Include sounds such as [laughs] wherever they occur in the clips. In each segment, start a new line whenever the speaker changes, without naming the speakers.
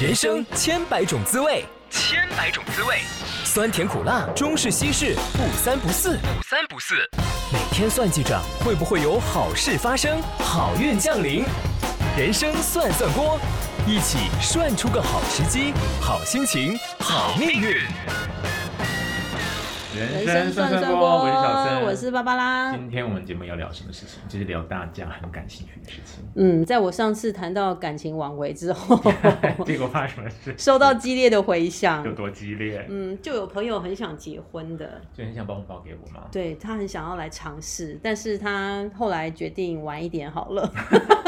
人生千百种滋味，
千百种滋味，
酸甜苦辣，中式西式，不三不四。
不三不四。
每天算计着会不会有好事发生，好运降临。人生算算锅，一起涮出个好时机、好心情、好命运。
人
人生
生算
算算
算
锅，
锅，
我是小森，
我是芭芭拉。
今天我们节目要聊什么事情？就是聊大家很感兴趣的事 [laughs] 情。
嗯，在我上次谈到感情挽回之
[laughs]
后，
结果发生什么 [laughs] 事？
收到激烈的回响
有。多激烈？
嗯，就有朋友很想结婚的，
就很想把红包给我吗？
对他很想要来尝试，但是他后来决定晚一点好了，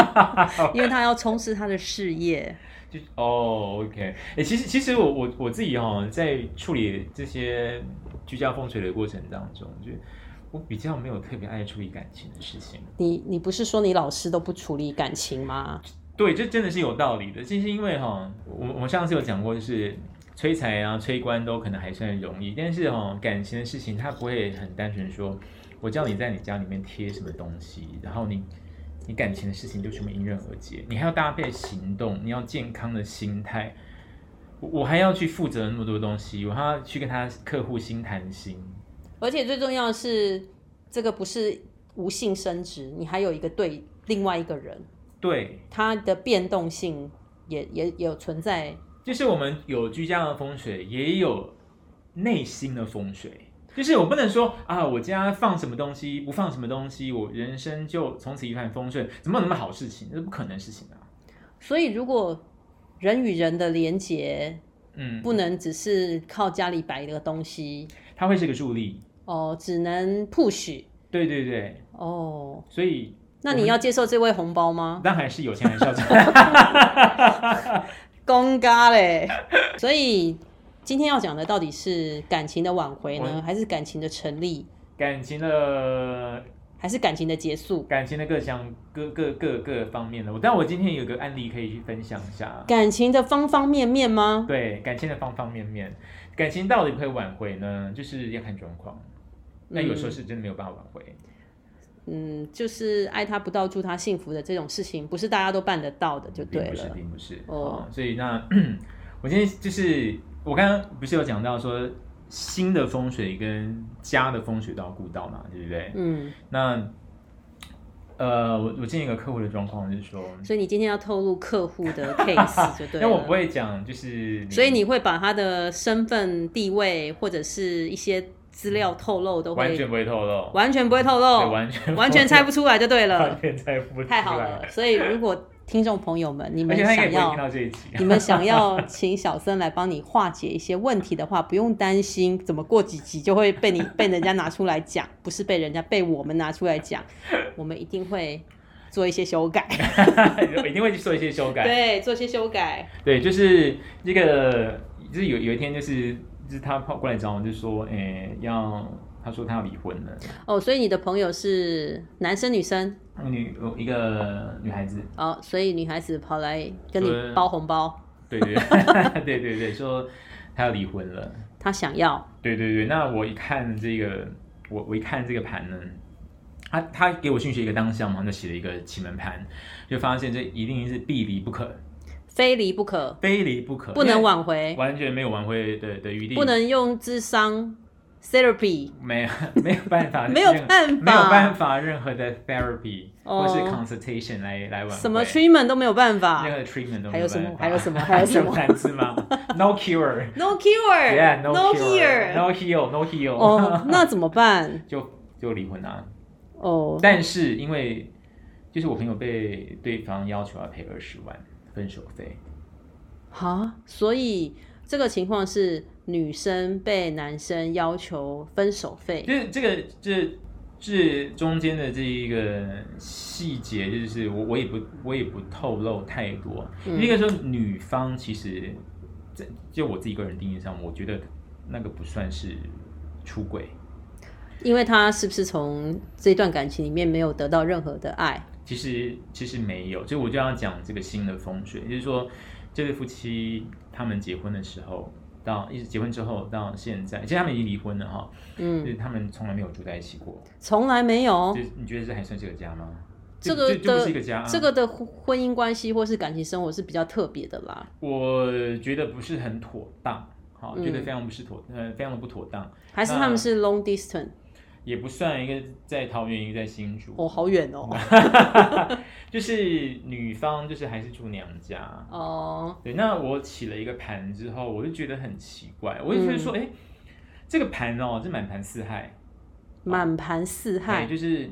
[laughs]
因为他要充实他的事业。
就哦，OK、o k 哎、其实其实我我我自己哈、在处理这些居家风水的过程当中，就我比较没有特别爱处理感情的事情。
你你不是说你老师都不处理感情吗？
对，这真的是有道理的。就是因为哈、我我们上次有讲过，就是催财啊、催官都可能还算容易，但是哈、感情的事情它不会很单纯说，我叫你在你家里面贴什么东西，然后你你感情的事情就全部迎刃而解，你还要搭配行动，你要健康的心态。我我还要去负责那么多东西，我还要去跟他客户心谈心，
而且最重要的是，这个不是无性生殖，你还有一个对另外一个人，
对，
它的变动性也也也有存在
就是我们有居家的风水，也有内心的风水。就是我不能说啊，我家放什么东西，不放什么东西，我人生就从此一帆风顺，怎么有那么好事情？这不可能的事情啊！
所以，如果人与人的连结
嗯，
不能只是靠家里摆的东西
它会是个助力。
哦，只能 push
对对对，
哦。
所以
那你要接受这位红包吗？
当然是有钱人笑赚。 [laughs]
公家嘞。所以今天要讲的到底是感情的挽回
我
呢，还是感情的成立，
感情的
还是感情的结束？
感情的各项各各各各方面的，我但我今天有个案例可以去分享一下。
感情的方方面面吗？
对感情的方方面面，感情到底可不可以挽回呢？就是要看状况。那哎有时候是真的没有办法挽回。
嗯，就是爱他不到，祝他幸福的这种事情，不是大家都办得到的，就对
并不是，
了。
并不是。哦
哦，
所以那我今天就是我刚刚不是有讲到说新的风水跟家的风水都要顾到嘛，对不对？
嗯，
那呃，我我见一个客户的状况就是说，
所以你今天要透露客户的 case
[laughs]
就对了。
那我不会讲就是，
所以你会把他的身份、地位或者是一些资料透露都会
嗯完全不会透露，
完全不会透
对
露，
完全
完全猜不出来就对
完
了，
全猜不出来
太好了。，所以如果听众朋友们，你
而
们
且他应该
想
也不会听到
要。
这一集。 [laughs]
你们想要请小森来帮你化解一些问题的话，不用担心，怎么过几集就会被你被人家拿出来讲，不是被人家被我们拿出来讲，我们一定会做一些修改，
我一定会去做一些修
[laughs]
改。
对，做些修改，
对，就是这个，就是有有一天，就是就是他跑过来找我，就说，诶、要他说他要离婚了。
哦。所以你的朋友是男生女生？
女有一个女孩子，
哦，所以女孩子跑来跟
对
你包红包，
对对对 [laughs] 对对对，说她要离婚了。
她想要，
对对对，那我一看这个，我我一看这个盘呢，他他给我讯息一个当下嘛，就写了一个奇门盘，就发现这一定是必离不可，
非离不可，
非离不可，
不能，挽回，
完全没有挽回的的余地，
不能用智商 therapy。
没有 [laughs] 没有办法，
没有
任何
办法
没有办法任何的 therapy、
哦
或是 consultation 来来挽回
什么 treatment 都没有办法
任何 treatment 都没
还有什么
办法
还有什么还有
[laughs]
什么
单
[laughs]
词吗？No cure。
，no cure，no
Yeah, no,
here，
no heal, no heal，、
哦，那怎么办？
[laughs] 就就离婚啊！
哦，
但是因为就是我朋友被对方要求要赔二十万分手费，
哈，所以这个情况是女生被男生要求分手费，
就是这个这这中间的这一个细节，就是我我也不我也不透露太多。
嗯
应该说，女方其实在就我自己个人定义上，我觉得那个不算是出轨。
因为她是不是从这段感情里面没有得到任何的爱？
其实其实没有，就我就要讲这个新的风水，就是说这对夫妻他们结婚的时候，到一直结婚之后到现在，其实他们已经离婚了哈，就是
嗯，
他们从来没有住在一起过。
从来没有
就。是你觉得这还算是个家吗？
哦这个
就不
的
是一个家、啊。
这个的婚婚姻关系或是感情生活是比较特别的啦，
我觉得不是很妥当，好，
嗯
觉得非常不是妥，呃，非常的不妥当，
还是他们
啊
是 long distance？
也不算一个在桃园，一个在新竹。
哦，好远
[laughs]
哦。
就是女方就是还是住娘家。
哦，
对，那我起了一个盘之后，我就觉得很奇怪，
嗯
我就觉得说，哎、这个盘哦，这满盘四害，
满盘四害
对，，就是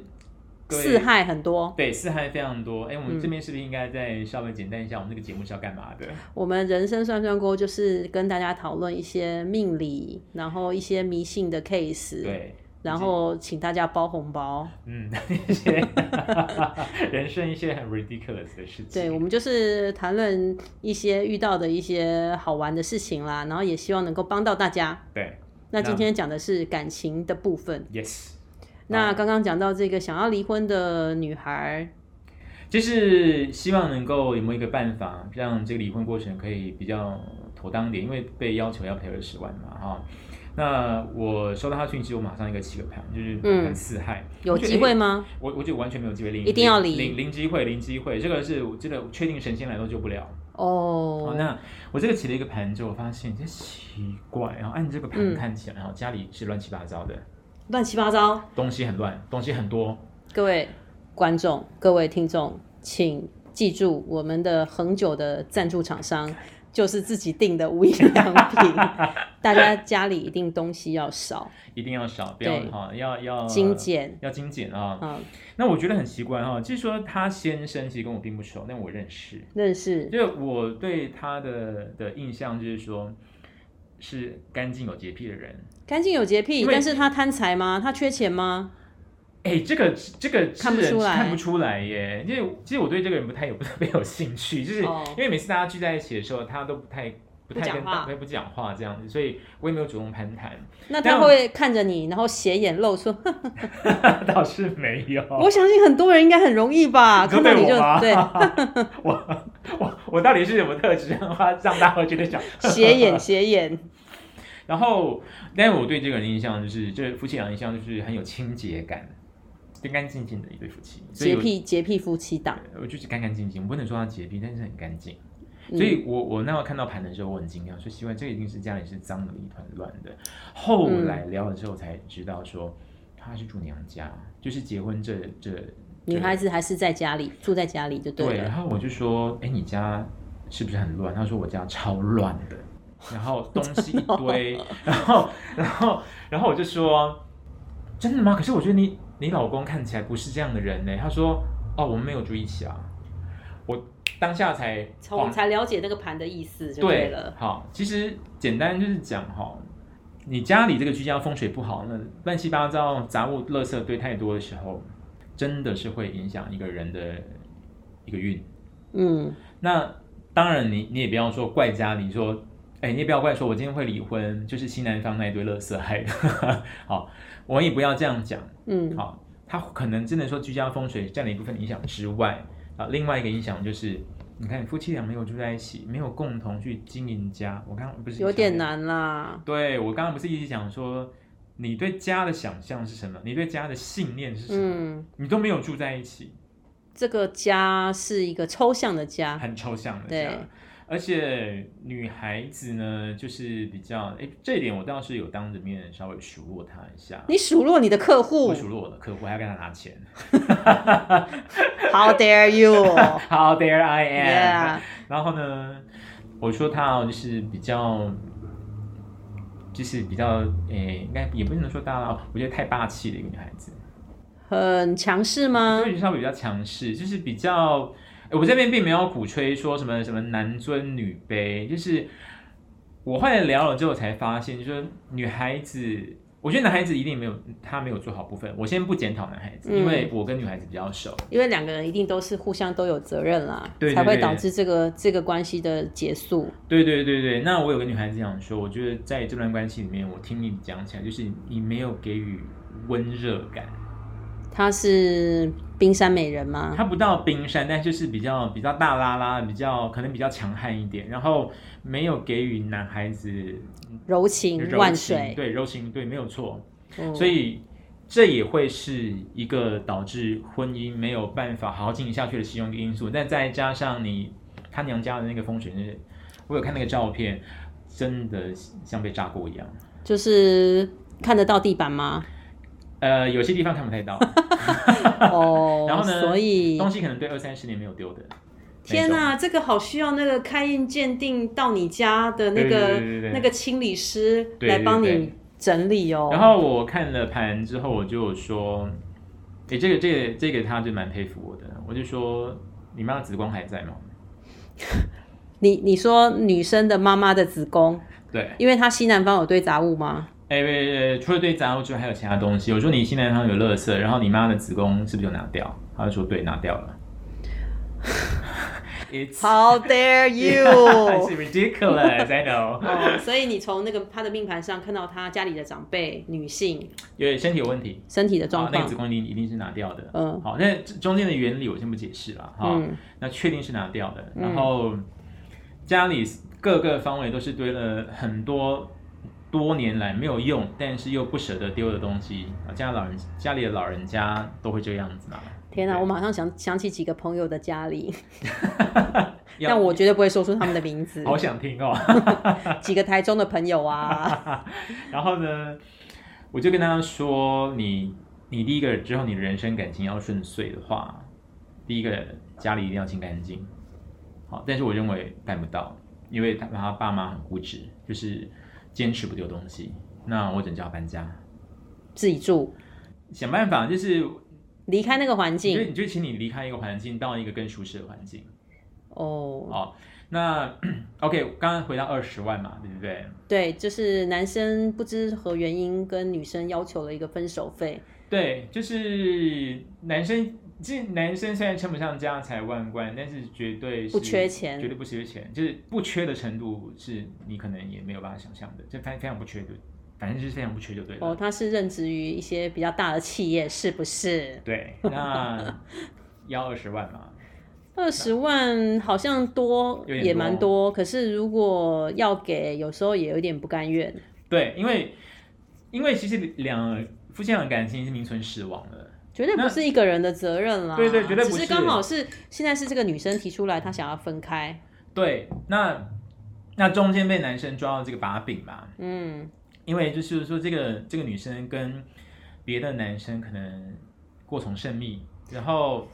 各位
四害很多。
对，四害非常多。哎，我
嗯
们这边是不是应该再稍微简单一下，我们这个节目是要干嘛的？
我们人生算算锅就是跟大家讨论一些命理，然后一些迷信的 case，，
对，
然后请大家包红包。
嗯， [laughs] 一些人生一些很 ridiculous 的事情。
对，我们就是谈论一些遇到的一些好玩的事情啦，然后也希望能够帮到大家。
对
那今
那
天讲的是感情的部分。
，yes，
那
好
刚刚讲到这个想要离婚的女孩，
就是希望能够有没有一个办法，让这个离婚过程可以比较妥当点，因为被要求要赔二十万嘛，哈。那我收到他讯息，我马上一个起个盘，就是
嗯
很四害，
有
我觉得
机会
哎
吗？
我我就完全没有机会，零
一定要离
零零机会，零机会，这个是我真的确定神仙来都救不了。好，
哦，
那我这个起了一个盘之后，我发现这奇怪，然后按这个
嗯
盘看起来，然后家里是乱七八糟的，
乱七八糟。
东西很乱，东西很多，
各位观众、各位听众，请记住我们的恒久的赞助厂
[laughs]
商就是自己定的无印良品，大家家里一定东西要少，
一定要少，不要
对
哈，要要
精，简。
要精简啊。
啊，
那我觉得很奇怪哈，就是说他先生其实跟我并不熟，但我认识，
认识
就是我对他的的印象就是说。是干净有洁癖的人，
干净有洁癖，
因为
但是他贪财吗？他缺钱吗？
哎、这个这个是
看不出来
看不出来耶。因为其实我对这个人不太有不太有兴趣，就是
哦
因为每次大家聚在一起的时候，他都不太不
不
太
讲
跟
话
大不讲话这样子，所以我也没有主动
[laughs]
攀谈，
那
这
他
样
会看着你，然后斜眼露出。 [laughs]
倒是没有。
我相信很多人应该很容易吧，
你说
看到
对
你就
我吗？
对
[laughs] 我我我到底是什么特质让他让大家会觉得想？
斜眼斜眼。
然后，但是我对这个人的印象就是，这夫妻俩的印象就是很有清洁感，干干净净的一对夫妻。所以
洁
我
癖洁癖夫妻档，
我就是干干净净，我不能说他洁癖，但是很干净。
嗯
所以我我那会看到盘的时候，我很惊讶，说奇怪，这个一定是家里是脏的一团乱的。后来
嗯
聊了之后才知道说，她是住娘家，就是结婚这这
女孩
子
子还是在家里住在家里就
对。
对
然
了。
后我就说，哎，你家是不是很乱？她说我家超乱的，然后东西一堆，然后然后然后我就说，真的吗？可是我觉得你你老公看起来不是这样的人呢。她说，哦，我们没有住一起啊。我当下才
从
恍
才了解那个盘的意思就对
对
了。
好，其实简单就是讲哈，你家里这个居家风水不好，那乱七八糟杂物、垃圾堆太多的时候，真的是会影响一个人的一个运。
嗯，
那当然你，你也不要说怪家里说，哎，你也不要怪说我今天会离婚，就是西南方那一堆垃圾害 [laughs] 的。好，我们也不要这样讲。
嗯，
好，它可能真的说居家风水占了一部分影响之外，啊，另外一个影响就是，你看夫妻俩没有住在一起，没有共同去经营家。我刚刚不是
有点
讲
难啦。
对我刚刚不是一直讲说，你对家的想象是什么？你对家的信念是什么？
嗯，
你都没有住在一起，
这个家是一个抽象的家，
很抽象的
对
家。而且女孩子呢，就是比较哎，这一点我倒是有当着面稍微数落她一下。
你数落你的客户
我数落我的客户，还要跟她拿钱。
，How dare
[laughs]
you？
How dare I am？、
Yeah，
然后呢，我说他哦，就是比较，就是比较，诶，应该也不能说大啦，我觉得太霸气的一个女孩子，
很强势吗
所？以稍微比较强势，就是比较，诶我这边并没有鼓吹说什么什么男尊女卑，就是我后来聊了之后才发现，就是女孩子。我觉得男孩子一定没有他没有做好部分，我先不检讨男孩子，
嗯
因为我跟女孩子比较熟。
因为两个人一定都是互相都有责任啦，
对对
才会
对
导致这个这个关系的结束。
对对对对，那我有个女孩子讲说，我觉得在这段关系里面，我听你讲起来，就是你没有给予温热感，
她是冰山美人吗？
她不到冰山，但就是比较比较大拉拉，比较可能比较强悍一点，然后没有给予男孩子
柔
柔
情
情
万水，
对柔情，对，没有错。
嗯
所以这也会是一个导致婚姻没有办法好好进行下去的其中一个因素。但再加上你她娘家的那个风水日，我有看那个照片，真的像被炸过一样。
就是看得到地板吗？
[laughs] 呃，有些地方看不太到，
哦，
然后呢
所以
东西可能对二三十年没有丢的。
天
哪、
哪、这个好需要那个开印鉴定到你家的那个
对对对对对
那个清理师
对对
来帮
对
你整理哦。
然后我看了盘之后，我就说，诶，这个这个这个他就蛮佩服我的，我就说，你妈的子宫还在吗？
你你说女生的妈妈的子宫，
对，
因为她西南方有堆杂物吗？
哎、欸，除了对杂物之外，还有其他东西。我说你西南方有垃圾，然后你妈的子宫是不是有拿掉？他就说对，拿掉
[laughs]
了。It's
How dare
[laughs] it's
you！
ridiculous, I know。
哦，所以你从那个她的命盘上看到她家里的长辈女性
因为身体有问题，
身体的状
好，啊那个子
况，
宫一定一定是拿掉的。
嗯
好，那这中间的原理我先不解释了哈。
嗯
那确定是拿掉的，
嗯
然后家里各个方位都是堆了很多多年来没有用，但是又不舍得丢的东西啊。家老人家里的老人家都会这个样子嘛。
天哪、
对
我马上想想起几个朋友的家里，
要
但我绝对不会说出他们的名字。
好想听哦。
几个台中的朋友啊，
[laughs] 然后呢，我就跟他说，你你第一个之后，你的人生感情要顺遂的话，第一个家里一定要清干净。好，但是我认为办不到，因为他他爸妈很固执，就是坚持不丢东西。那我只能叫他搬家，
自己住，
想办法，就是
离开那个环
你就
境
你就请你离开一个环境，到一个更舒适的环境。
哦。
哦，那 [clears throat] OK，刚刚回到二十万嘛，对不对？
对，就是男生不知何原因跟女生要求了一个分手费，
对，就是男生，这男生虽然称不上家财万贯，但是绝对是
不缺钱
绝对不缺钱，就是不缺的程度是你可能也没有办法想象的，这非非常不缺的，反正就是啊非常不缺就对了。
哦，他是任职于一些比较大的企业，是不是？
对，
[laughs]
那要二十万嘛，
二十万好像多，
有点
也蛮
多
多。可是如果要给，有时候也有点不甘愿。
对，因为因为其实两夫妻俩的感情是名存实亡的，
绝对
那
不是一个人的责任啦，
对对绝对不
只
是
是刚好是现在是这个女生提出来，她想要分开，
对，那那中间被男生抓到这个把柄嘛，
嗯，
因为就是说这个这个女生跟别的男生可能过从甚密，然后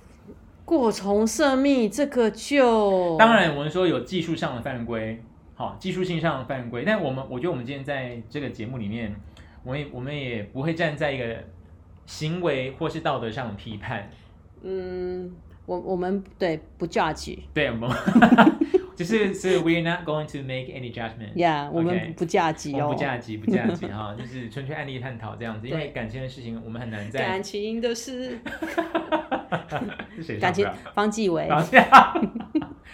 过从甚密，这个就
当然我们说有技术上的犯规，好、技术性上的犯规，但我们我觉得我们今天在这个节目里面，我们也我们也不会站在一个行为或是道德上的批判，
嗯，我我们对不 judge，yeah，[laughs]
对，我们就是所以 we're not going to make any judgment。
我
OK
们不 judge
我
哦
们不。嫁级，不嫁
[laughs]
级哈，就是纯粹案例探讨这样子，因为
对
感情的事情我们很难在
感情的事，
是谁
感
唱
情
的啊
方季韦，
然后这样，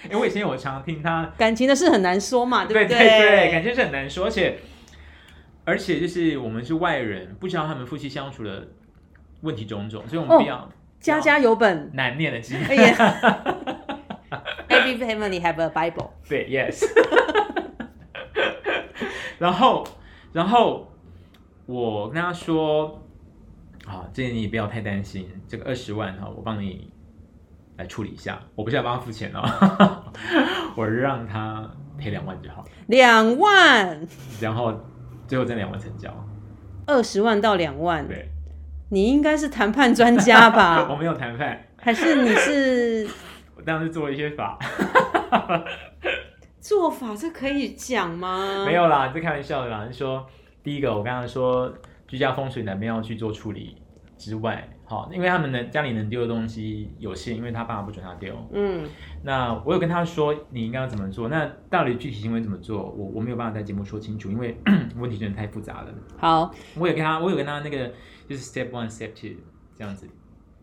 因为我以前我常听他，
感情的事很难说嘛，
对
不
对对，感觉是很难说，而且而且就是我们是外人，不知道他们夫妻相处的问题种种，所以我们
哦
比较
家家有
[laughs]
本，
难念的经。
哎呀，Every family have a Bible，
对，yes。然后，然后我跟他说，啊，这你不要太担心，这个二十万哈，我帮你来处理一下，我不是要帮他付钱哦， [laughs] 我让他赔两万就好。
两万，
然后最后这两万成交。
二十万到两万，
对，
你应该是谈判专家
[laughs] 我
吧？
没有谈判，
还是你是
我当时做了一些法，
做法？这可以讲吗？
没，有啦，这开玩笑的啦。是说第一个，我刚刚说居家风水难免要去做处理之外，好，因为他们能家里能丢的东西有限，因为他爸不准他丢。
嗯，
那我有跟他说你应该要怎么做，那到底具体行为怎么做，我我没有办法在节目说清楚，因为 [coughs] 问题真的太复杂了。
好，
我有跟他，我有跟他那个就是 step one step two 这样子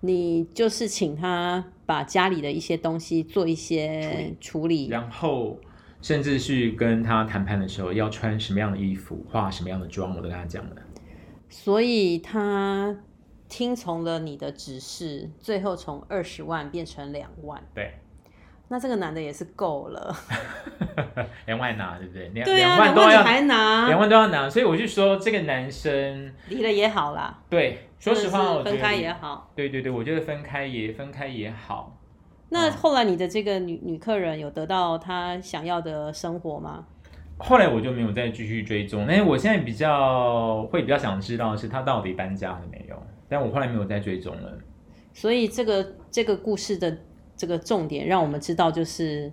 你就是请他把家里的一些东西做一些处理，
然后甚至是跟他谈判的时候要穿什么样的衣服、化什么样的妆，我都跟他讲了。
所以他听从了你的指示，最后从二十万变成两万。
对，
那这个男的也是够了，
两万拿，对不对？
[laughs]
两
对啊，
两
两
万都
万
要
你还
两
拿，
万都要拿，所以我就说这个男生，
离了也好啦。
对， [laughs] 说实
真
话，
的
我
是
觉
分
得嗯
开也好。
对对对，我觉得分开也分开也好，
那
嗯
后来你的这个女女客人有得到她想要的生活吗？
后来我就没有再继续追踪，但是我现在比较会比较想知道的是他到底搬家了没有，但我后来没有再追踪了。
所以这个这个故事的这个重点，让我们知道就是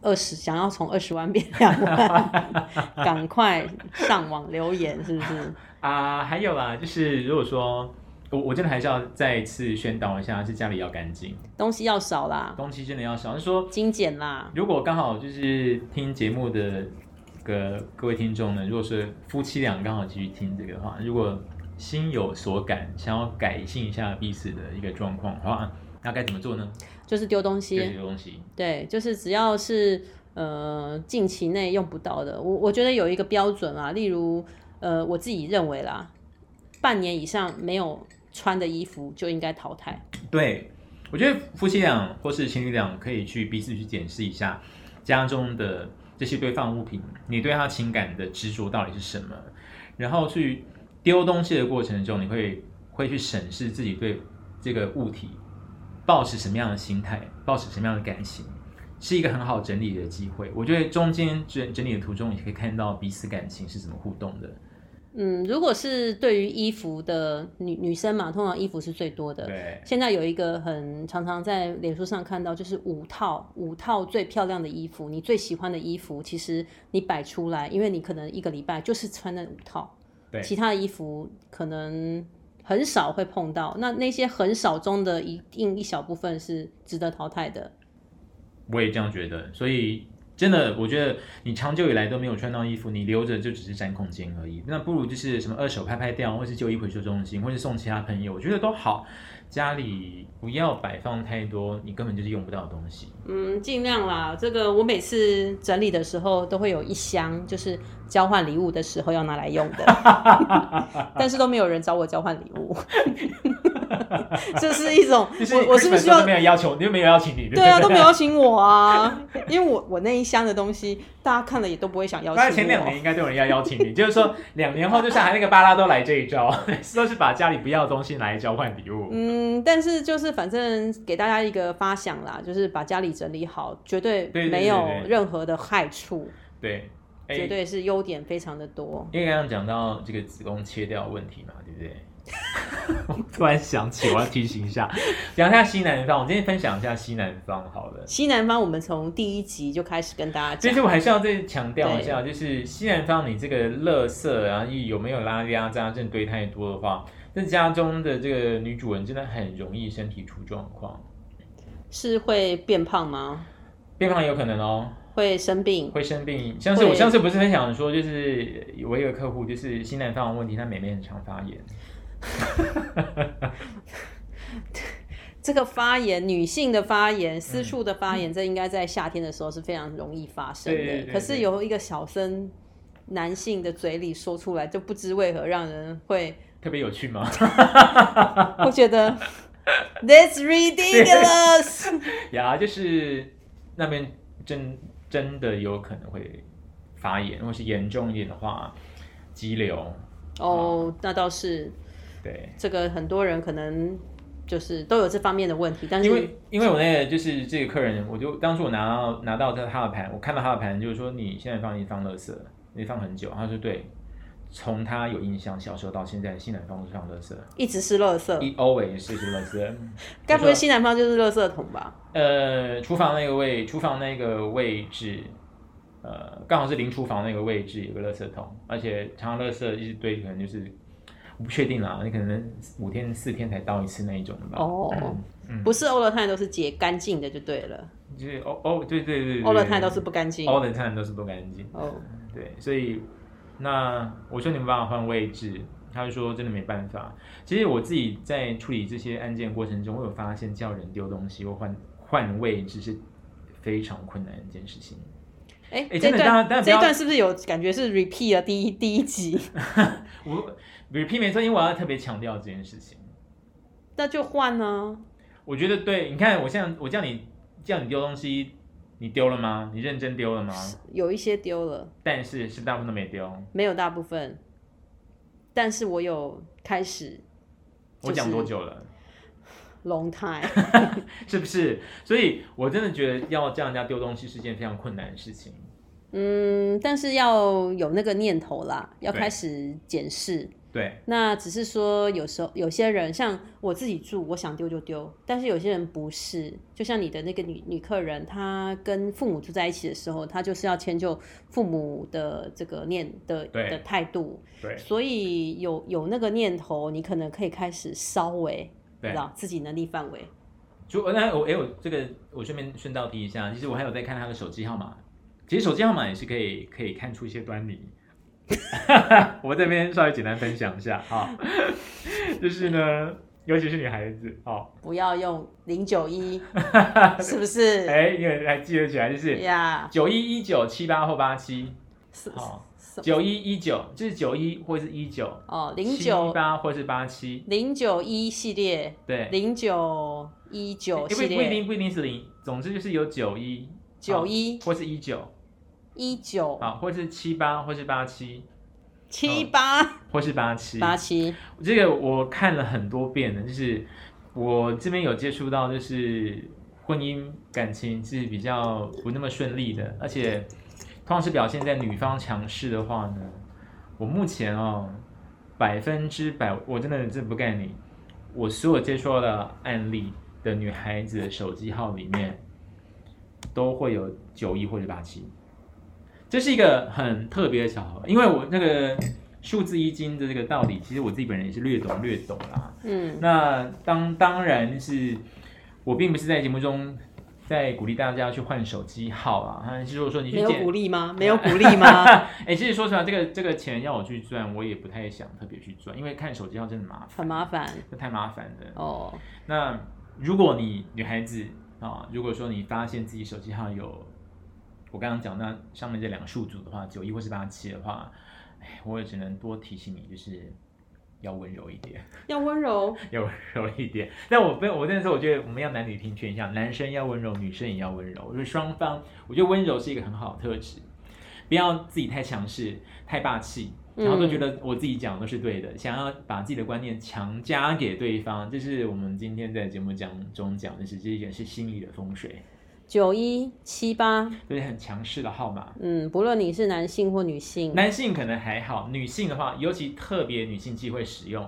二十想要从二十万变两万， [laughs] 赶快上网留言，是不是？
啊、还有啦，就是如果说我我真的还是要再次宣导一下，是家里要干净，
东西要少啦，
东西真的要少。就是说，
精简啦，
如果刚好就是听节目的个各位听众呢，如果是夫妻俩刚好继续听这个的话，如果心有所感，想要改进一下彼此的一个状况的话，那该怎么做呢？
就是丢东
就是这
西，
个东西，
对，就是只要是呃近期内用不到的，我我觉得有一个标准啊，例如呃我自己认为啦，半年以上没有穿的衣服就应该淘汰。
对，我觉得夫妻俩或是情侣俩可以去彼此去检视一下家中的这些堆放物品，你对他情感的执着到底是什么，然后去丢东西的过程中，你会会去审视自己对这个物体抱持什么样的心态，抱持什么样的感情。是一个很好整理的机会，我觉得中间整整理的途中，你可以看到彼此感情是怎么互动的。
嗯，如果是对于衣服的女女生嘛，通常衣服是最多的。
对，
现在有一个很常常在脸书上看到，就是五套五套最漂亮的衣服，你最喜欢的衣服，其实你摆出来，因为你可能一个礼拜就是穿那五套，
对
其他的衣服可能很少会碰到。那那些很少中的一定一小部分是值得淘汰的。
我也这样觉得，所以真的，我觉得你长久以来都没有穿到衣服，你留着就只是占空间而已。那不如就是什么二手拍拍掉，或是旧衣回收中心，或是送其他朋友，我觉得都好。家里不要摆放太多你根本就是用不到的东西。
嗯，尽量啦。这个我每次整理的时候都会有一箱，就是交换礼物的时候要拿来用的，
[laughs]
但是都没有人找我交换礼物， [laughs] 这是一
[laughs]
种
就是
我我是不是需
Christmas
要
都没有要求，你又没有邀请你，
对啊，都没邀请我啊，因为我我那一箱的东西大家看了也都不会
[laughs]
想邀
大概
请
前两
我
年。应该都有人要邀请你，就是说两年后，就像还那个巴拉都来这一招， [laughs] 都是把家里不要的东西拿来交换礼物。
嗯，但是就是反正给大家一个发想啦，就是把家里整理好，绝对
对对
没有
对对
任何的害处，
对，哎
绝对是优点非常的多。
因为刚刚讲到这个子宫切掉的问题嘛，对不对？ [laughs] 我突然想起，我要提醒一下， [laughs] 讲一下西南方。我今天分享一下西南方好了。
西南方，我们从第一集就开始跟大家
其
讲
实，我还是要再强调一下，就是西南方你这个垃圾啊，有没有拉拉渣症堆太多的话，这家中的这个女主人真的很容易身体出状况，
是会变胖吗？
变胖也有可能哦。
会生病？
会生病。像是我
会
上次不是分享说，就是我有个客户，就是心南方的问题，他妹妹很常发炎。
这个发炎，女性的发炎、
嗯
私处的发炎，这应该在夏天的时候是非常容易发生的。
对对对
可是由一个小生男性的嘴里说出来，就不知为何让人会
特别有趣吗？
会觉得 that's ridiculous。
[laughs] 呀，就是那边真真的有可能会发炎，如果是严重一点的话，肌瘤。
哦，那倒是，
对，
这个很多人可能就是都有这方面的问题，但是
因为因为我那个就是这个客人，我就当初我拿到拿到他他的盘，我看到他的盘，就是说你现在放一放垃圾，你放很久。他说对，从他有印象小时候到现在，西南方都是放垃圾，
一直是垃圾，
一 always 是是垃圾。
该不会
我说
西南方就是垃圾桶吧？
呃，厨房那个位，厨房那个位置，呃，刚好是临厨房那个位置有个垃圾桶，而且常常垃圾一直堆，可能就是我不确定啦，你可能五天四天才倒一次那一种的吧。
哦，不是欧乐泰都是洁干净的就对了，
就是哦哦，对对对对，
欧乐泰都是不干净。
all the time 都是不干净。
哦，
对，所以那我说你们办法换位置，他就说真的没办法。其实我自己在处理这些案件过程中，我有发现叫人丢东西或换换位置是非常困难的一件事情。
哎，
哎
这
真的大家大
段
家不
这一
要
段是不是有感觉是 repeat 了第一第一集？
我 repeat 没错，因为我要特别强调这件事情。
那就换呢、
我觉得对，你看我现在我叫你叫你丢东西，你丢了吗？你认真丢了吗？
有一些丢了，
但是是大部分都没丢。
没有大部分，但是我有开始
我讲多久了？
long time，
是不是？所以我真的觉得要叫人家丢东西是件非常困难的事情。
嗯，但是要有那个念头啦，要
对
开始检视。
对，
那只是说，有时候有些人像我自己住，我想丢就丢，但是有些人不是。就像你的那个女女客人，她跟父母住在一起的时候，她就是要迁就父母的这个念的
对
的态度，
对，
所以有有那个念头，你可能可以开始稍微，你
对
知道自己能力范围。
就那我哎，我这个我顺便顺道提一下，其实我还有在看他的手机号码，其实手机号码也是可以可以看出一些端倪。 [laughs] 我这边稍微简单分享一下哈， [laughs] 就是呢，尤其是女孩子哦，
不要用零九一，
[laughs]
是不是？
哎，你还记得起来就是
呀，
九一一九七八或八七，
是
好，
是
九一一九就是九一或是一九，
哦，零九
八或是八七，
零九一系列，
对，
零九一九系
不不一
列，
定不一定是零，总之就是有九一
九一
或是一九
一九
啊，或是七八或是八七
七八
或是八七
八七，
这个我看了很多遍的，就是我这边有接触到，就是婚姻感情是比较不那么顺利的，而且通常是表现在女方强势的话呢，我目前哦百分之百，我真的这不盖你，我所有接触到的案例的女孩子的手机号里面，都会有九一或者八七。这是一个很特别的巧合，因为我那个数字易经的这个道理，其实我自己本人也是略懂略懂啦。
嗯，
那当当然是我并不是在节目中在鼓励大家去换手机号啊，还是如果说你去
没有
见
鼓励
[laughs]
啊吗？没有鼓励吗？ [laughs]
哎、其实说实话，这个这个钱要我去赚，我也不太想特别去赚，因为看手机号真的麻
很
烦，
麻烦
这太麻烦了。
哦，
那如果你女孩子啊、如果说你发现自己手机号有我刚刚讲那上面这两个数组的话，九一或是八七的话，哎，我也只能多提醒你，就是要温柔一点，
要温柔，
要温柔一点。但我不，我那时候我觉得我们要男女平权一下，男生要温柔，女生也要温柔，就是双方，我觉得温柔是一个很好的特质，不要自己太强势、太霸气。然后都觉得我自己讲的都是对的，想要把自己的观念强加给对方，这是我们今天在节目讲中讲的是，这也是心理的风水，
九一七八，
就是很强势的号码。
嗯，不论你是男性或女性，
男性可能还好，女性的话，尤其特别女性忌讳使用。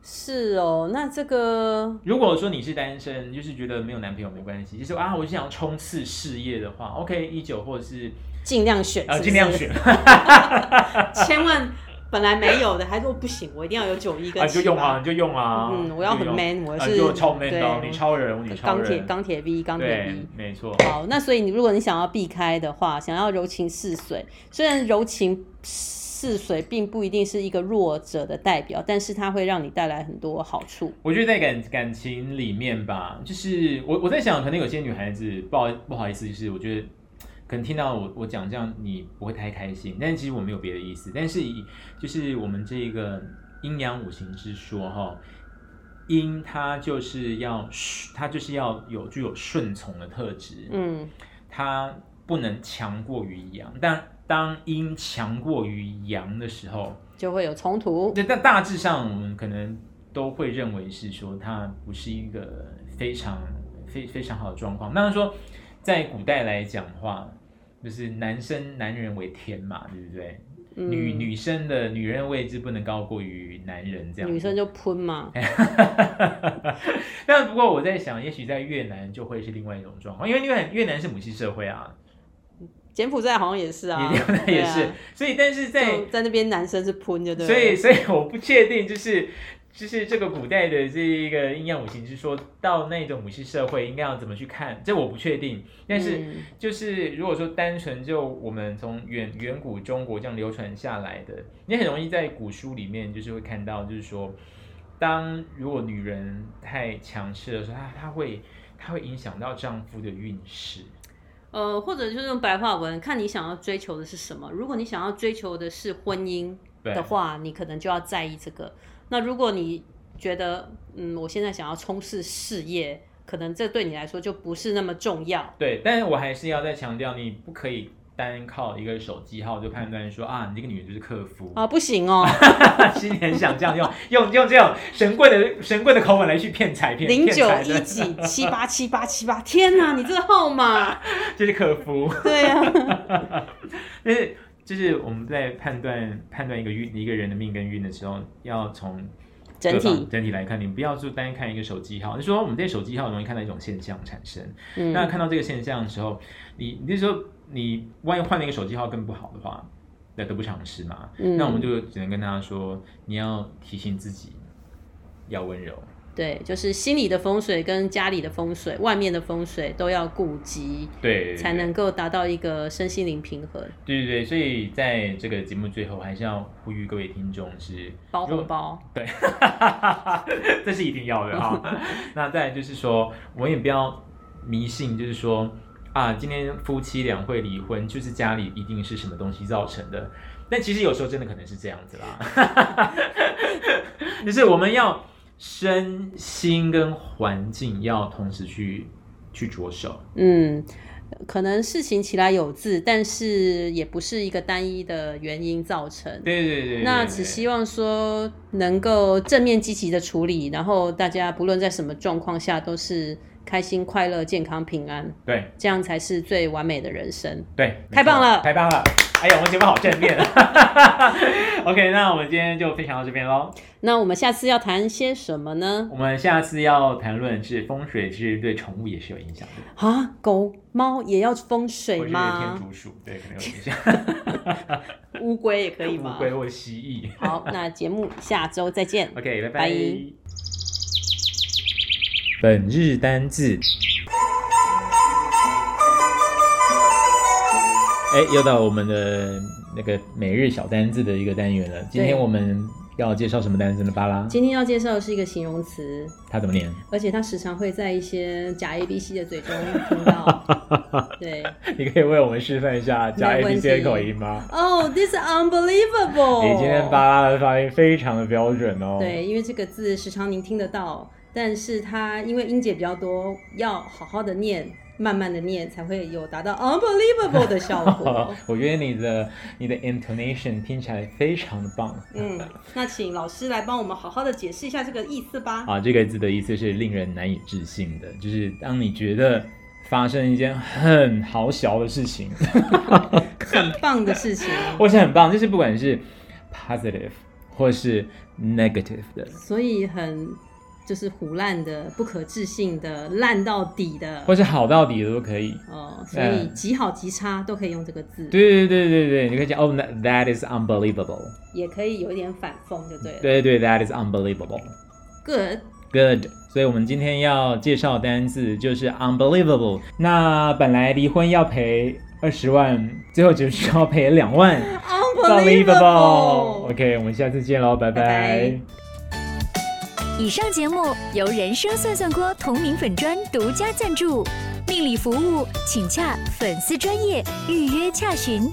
是哦，那这个
如果说你是单身，就是觉得没有男朋友没关系，就是啊，我就想要冲刺事业的话，OK，一九或者是
尽量选，
呃
是不是
尽量，选，
[laughs]
[laughs]
千万本来没有的，还说不行，我一定要有九一
啊
跟
你就
七
用啊，
八，
你就用啊，
嗯我要很
就用
man，我
啊
是
就超 man 的哦，
对
你超人，我女超
钢铁
人，
钢铁 V 钢铁
对
V。，
没错，
好，那所以你如果你想要避开的话，想要柔情似水，虽然柔情似水并不一定是一个弱者的代表，但是它会让你带来很多好处。
我觉得在感感情里面吧，就是我我在想，可能有些女孩子不好不好意思，就是我觉得可能听到我我讲这样，你不会太开心，但其实我没有别的意思，但是以就是我们这个阴阳五行之说哈，阴它就是要它就是要有具有顺从的特质，
嗯，
它不能强过于阳，但当阴强过于阳的时候，
就会有冲突。
对，但大致上我们可能都会认为是说它不是一个非常非非常好的状况。当然说，在古代来讲的话，就是男生男人为天嘛，对不对？
嗯
女女生的女人的位置不能高过于男人，这样
女生就喷
[laughs]
嘛，
哎但不过我在想，也许在越南就会是另外一种状况，因为越南越南是母系社会啊，
柬埔寨好像也是啊，
也越南
对
也
啊
是，所以但是在
就在那边男生是喷就对了。
所以，所以我不确定，就是就是这个古代的这一个阴阳五行之说，到那种母系社会应该要怎么去看，这我不确定。但是，
嗯
就是如果说单纯就我们从远远古中国这样流传下来的，你很容易在古书里面就是会看到，就是说，当如果女人太强势的时候，她她会她会影响到丈夫的运势。
呃，或者就是用白话文，看你想要追求的是什么。如果你想要追求的是婚姻
对
的话，你可能就要在意这个。那如果你觉得，嗯，我现在想要冲刺事业，可能这对你来说就不是那么重要。
对，但是我还是要再强调，你不可以单靠一个手机号就判断说啊，你这个女人就是客服。 [laughs]
啊，不行哦，
心里很想这样用用用这种神棍的神棍的口吻来去骗财骗
零
骗
九
财
一
的， [laughs]
几七八七八七八，天哪，你这个号
[laughs]
码，
就是客服。
对啊，
就是就是我们在判断判断一个运一个人的命跟运的时候，要从各
整
方
体，
整体来看，你不要就单看一个手机号。你说我们对手机号容易看到一种现象产生，那
嗯，
看到这个现象的时候，你你那时候你万一换了一个手机号更不好的话，那得不偿失嘛。
嗯
那我们就只能跟大家说，你要提醒自己要温柔。
对，就是心里的风水跟家里的风水、外面的风水都要顾及，
对，
才能够达到一个身心灵平衡，
对对对，所以在这个节目最后，还是要呼吁各位听众是
包
如果
红包，
对， [laughs] 这是一定要的哈。那再来就是说，我们也不要迷信，就是说啊，今天夫妻俩会离婚，就是家里一定是什么东西造成的。但其实有时候真的可能是这样子啦， [laughs] 就是我们要身心跟环境要同时去去着手。
嗯。可能事情其来有自，但是也不是一个单一的原因造成。
对对对对对
那只希望说能够正面积极的处理，然后大家不论在什么状况下都是开心、快乐、健康、平安，
对
这样才是最完美的人生。
对，
太棒了
太棒了！哎呀，我们节目好正面。OK，那我们今天就分享到这边喽。
那我们下次要谈些什么呢？
我们下次要谈论是风水，其实对宠物也是有影响的，
啊，狗猫也要风水
或者是天
吗？
竺鼠，对，可能有影响。
乌龟也可以吗
[laughs] 乌？龟或蜥
[laughs]
蜴。
好，那节目下周再
[laughs]
见。
OK，拜
拜
拜。本日单字，哎，又到我们的那个每日小单字的一个单元了。今天我们要介绍什么单字呢？巴拉，
今天要介绍的是一个形容词，
它怎么念？ [laughs]
而且它时常会在一些假 A B C 的嘴中听到。
[laughs]
对
你可以为我们示范一下加
没
A
问
B
题
C 的口音吗？
，Oh, this is unbelievable！
你今天巴拉的发音非常的标准哦。
对，因为这个字时常您听得到，但是它因为音节比较多，要好好的念，慢慢的念，才会有达到 unbelievable 的效
[laughs]
果。
我觉得你的你的 intonation 听起来非常的棒。
嗯，那请老师来帮我们好好的解释一下这个意思吧。
[laughs] 啊，这个字的意思是令人难以置信的，就是当你觉得发生一件很好小的事情，
很棒的事情，
或是很棒，就是不管是 positive 或是 negative 的，
所以很就是胡烂的、不可置信的、烂到底的
或。是好到底的都可以。
哦，所以
嗯
极好极差都可以用这个字，
对对对对对，你可以讲哦、that that is unbelievable。
也可以有一点反讽，就对了。
对对，that is unbelievable。
Good，
Good，所以我们今天要介绍的单字就是 unbelievable。那本来离婚要赔二十万，最后只需要赔两万。
Unbelievable
OK，我们下次见喽，拜
拜
拜
拜
以上节目由人生算算锅同名粉专独家赞助，命理服务请洽粉丝专业预约洽询。